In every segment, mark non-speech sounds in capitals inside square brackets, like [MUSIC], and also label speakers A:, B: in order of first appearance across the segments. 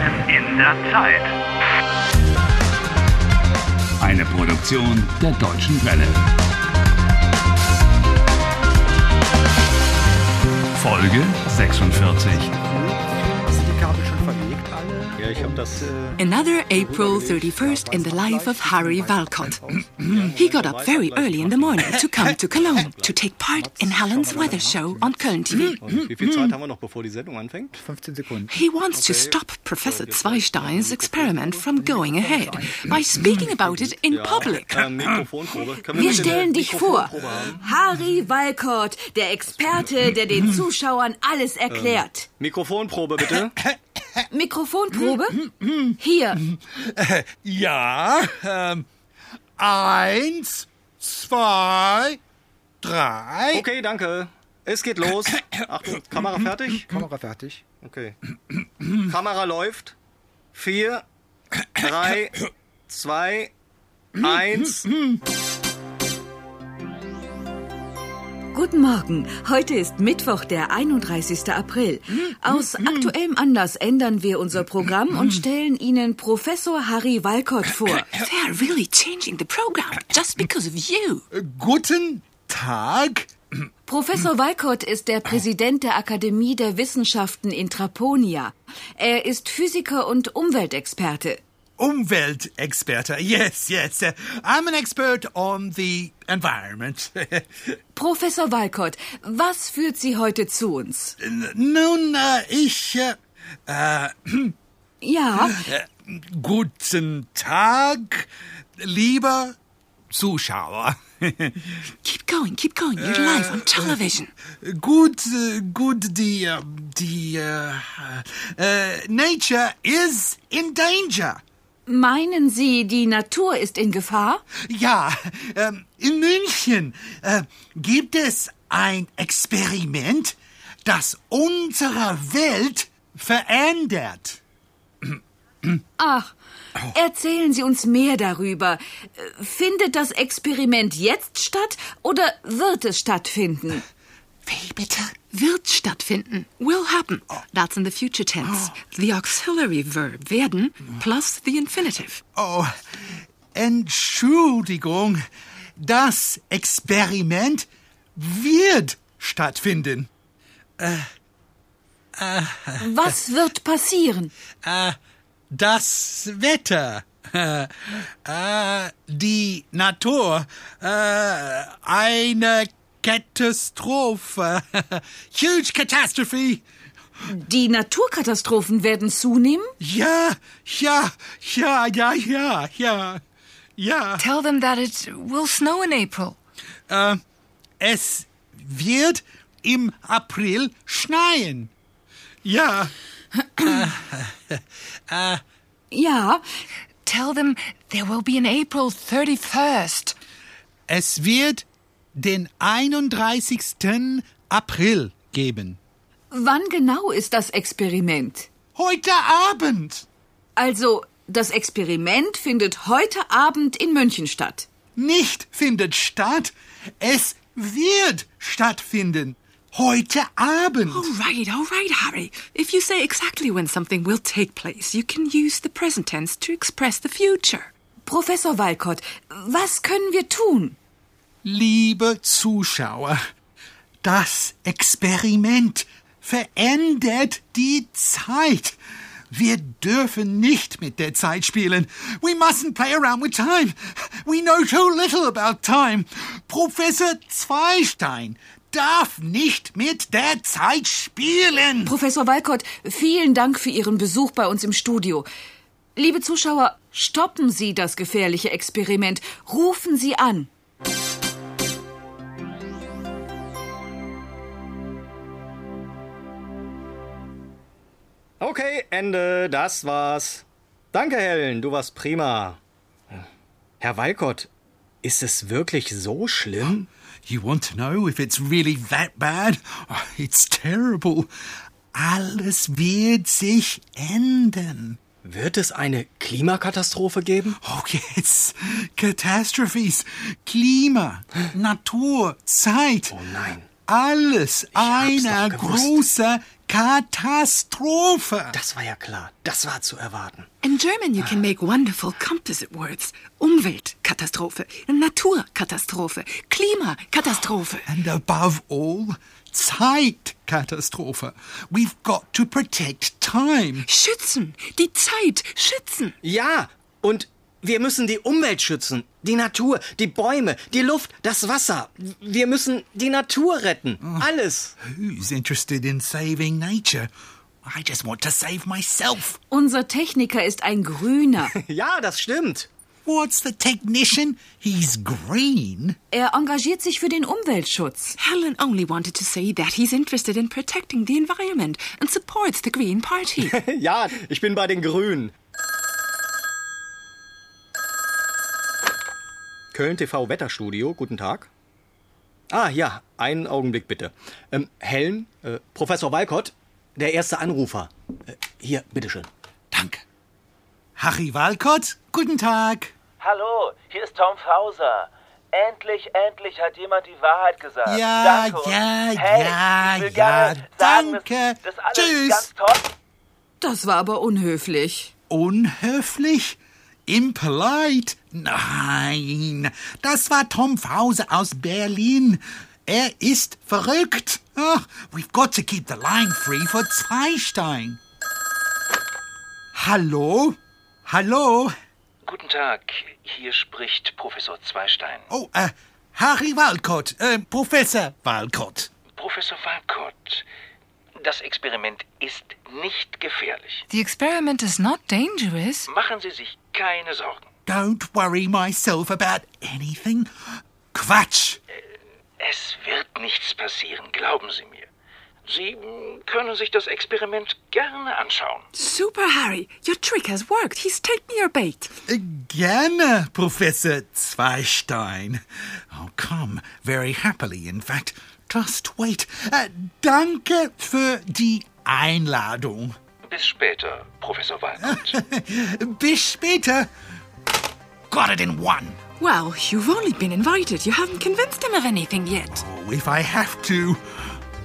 A: der Zeit.
B: Eine Produktion der Deutschen Welle. Folge 46.
C: Sind die Kabel schon verlegt alle?
D: Ja, ich habe das. Äh,
E: Another April 31st in the life of Harry Valcott. [CLEARS THROAT] He got up very early in the morning to come to Cologne to take part in Helen's weather show on Köln TV.
D: wie
F: [CLEARS THROAT]
D: viel Zeit haben wir noch, bevor die Sendung anfängt?
C: 15 Sekunden.
E: He wants to stop Professor Zweistein's experiment from going ahead by speaking about it in public.
D: Ähm, Mikrofonprobe. Können
F: Wir
D: bitte eine
F: stellen dich vor.
D: Mikrofonprobe haben?
F: Harry Walcott, der Experte, der den Zuschauern alles erklärt.
D: Mikrofonprobe, bitte.
F: Mikrofonprobe? Hier.
G: Ja, ähm, eins, zwei, drei.
D: Okay, danke. Es geht los. Achtung, Kamera fertig?
C: Kamera fertig.
D: Okay. Kamera läuft. Vier, drei, zwei, eins.
F: Guten Morgen. Heute ist Mittwoch, der 31. April. Aus aktuellem Anlass ändern wir unser Programm und stellen Ihnen Professor Harry Walcott vor.
E: They're really changing the program just because of you.
G: Guten Tag.
F: Professor Walcott ist der Präsident der Akademie der Wissenschaften in Traponia. Er ist Physiker und Umweltexperte.
G: Umweltexperte. Yes, yes. uh, I'm an expert on the environment. [LAUGHS]
F: Professor Walcott, was führt Sie heute zu uns?
G: Nun, äh, ich. äh,
F: Ja,
G: Guten Tag, lieber Zuschauer. [LAUGHS]
E: Keep going, keep going. You're live on television.
G: Good, uh, good. The uh, the uh, uh, nature is in danger.
F: meinen Sie, die Natur ist in Gefahr?
G: Ja, ähm, in München äh, gibt es ein Experiment, das unsere Welt verändert.
F: Ach, erzählen Sie uns mehr darüber. Äh, Findet das Experiment jetzt statt oder wird es stattfinden?
G: Wie bitte?
E: Wird stattfinden. Will happen. That's in the future tense. The auxiliary verb werden plus the infinitive.
G: Oh, Entschuldigung, das Experiment wird stattfinden.
F: Was wird passieren?
G: das Wetter, [LAUGHS] äh, äh, die Natur, äh, eine Katastrophe, [LAUGHS] huge catastrophe.
F: Die Naturkatastrophen werden zunehmen?
G: Ja, ja, ja, ja, ja, ja, ja.
E: Tell them that it will snow in April.
G: Äh, es wird im April schneien. Ja,
F: Ja,
E: Tell them there will be an April 31st.
G: es wird den 31. April geben.
F: wann genau ist das Experiment?
G: Heute Abend.
F: Also, das Experiment findet heute Abend in München statt.
G: nicht findet statt. Es wird stattfinden. Heute Abend.
E: All right, all right, Harry. If you say exactly when something will take place, you can use the present tense to express the future.
F: Professor Walcott, was können wir tun?
G: Liebe Zuschauer, das Experiment verändert die Zeit. Wir dürfen nicht mit der Zeit spielen. We mustn't play around with time. We know too little about time. Professor Zweistein darf nicht mit der Zeit spielen.
F: Professor Walcott, vielen Dank für Ihren Besuch bei uns im Studio. Liebe Zuschauer, stoppen Sie das gefährliche Experiment. Rufen Sie an.
D: Okay, Ende. Das war's. Danke, Helen. Du warst prima. Herr Walcott, ist es wirklich so schlimm?
G: You want to know if it's really that bad? Oh, It's terrible. Alles wird sich ändern.
D: Wird es eine Klimakatastrophe geben?
G: Oh yes, Katastrophes, Klima, Natur, Zeit.
D: Oh nein.
G: alles
D: hab's
G: einer
D: doch gewusst.
G: großer Katastrophe.
D: Das war ja klar. Das war zu erwarten.
E: In German, you can make wonderful composite words. Umweltkatastrophe, Naturkatastrophe, Klimakatastrophe.
G: And above all, Zeitkatastrophe. We've got to protect time.
E: Schützen, die Zeit schützen.
D: Ja, und wir müssen die Umwelt schützen. Die Natur, die Bäume, die Luft, das Wasser. Wir müssen die Natur retten. Alles.
G: Who's interested in saving nature? I just want to save myself.
F: Unser Techniker ist ein Grüner.
D: Ja, das stimmt.
G: What's the technician? He's green.
F: Er engagiert sich für den Umweltschutz.
E: Helen only wanted to say that he's interested in protecting the environment and supports [LAUGHS] the Green Party.
D: [LAUGHS] Ja, ich bin bei den Grünen. Köln TV Wetterstudio, guten Tag. Ah ja, einen Augenblick bitte. Ähm, Helen, äh, Professor Walcott, der erste Anrufer. Äh, hier, bitteschön.
G: Danke. Harry Walcott, guten Tag.
A: Hallo, hier ist Tom Fauser. Endlich, endlich hat jemand die Wahrheit gesagt.
G: Ja,
A: Danke und-
G: ja,
A: hey,
G: ja,
A: ich will
G: ja,
A: gerne sagen, dass-
G: danke.
A: dass alles
G: Tschüss.
A: Ganz toll.
F: Das war aber unhöflich.
G: Unhöflich? Impolite? Nein, das war Tom Fause aus Berlin. Er ist verrückt. Ah, we've got to keep the line free for Zweistein. Hallo? Hallo?
H: Guten Tag, hier spricht Professor Zweistein.
G: Oh, äh, Harry Walcott, äh, Professor Walcott.
H: Professor Walcott, das Experiment ist nicht gefährlich.
E: the experiment is not dangerous.
H: Machen Sie sich keine Sorgen.
G: Don't worry myself about anything. Quatsch.
H: Es wird nichts passieren, glauben Sie mir. Sie mm, können sich das Experiment gerne anschauen.
E: Super, Harry. Your trick has worked. He's taken your bait.
G: Gerne, Professor Zweistein. I'll come very happily, in fact. Just wait. Äh, danke für die Einladung.
H: Bis später, Professor Walcott.
G: Bis später. Got it in one.
E: Well, you've only been invited. You haven't convinced him of anything yet.
G: Oh, if I have to,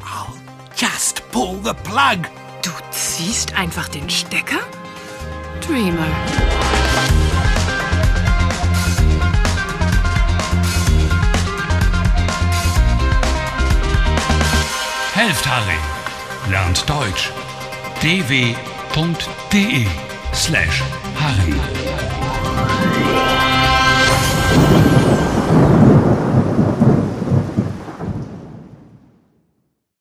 G: I'll just pull the plug.
E: Du ziehst einfach den Stecker? Dreamer.
B: Helft Harry. Lernt Deutsch. dw.de slash Harry.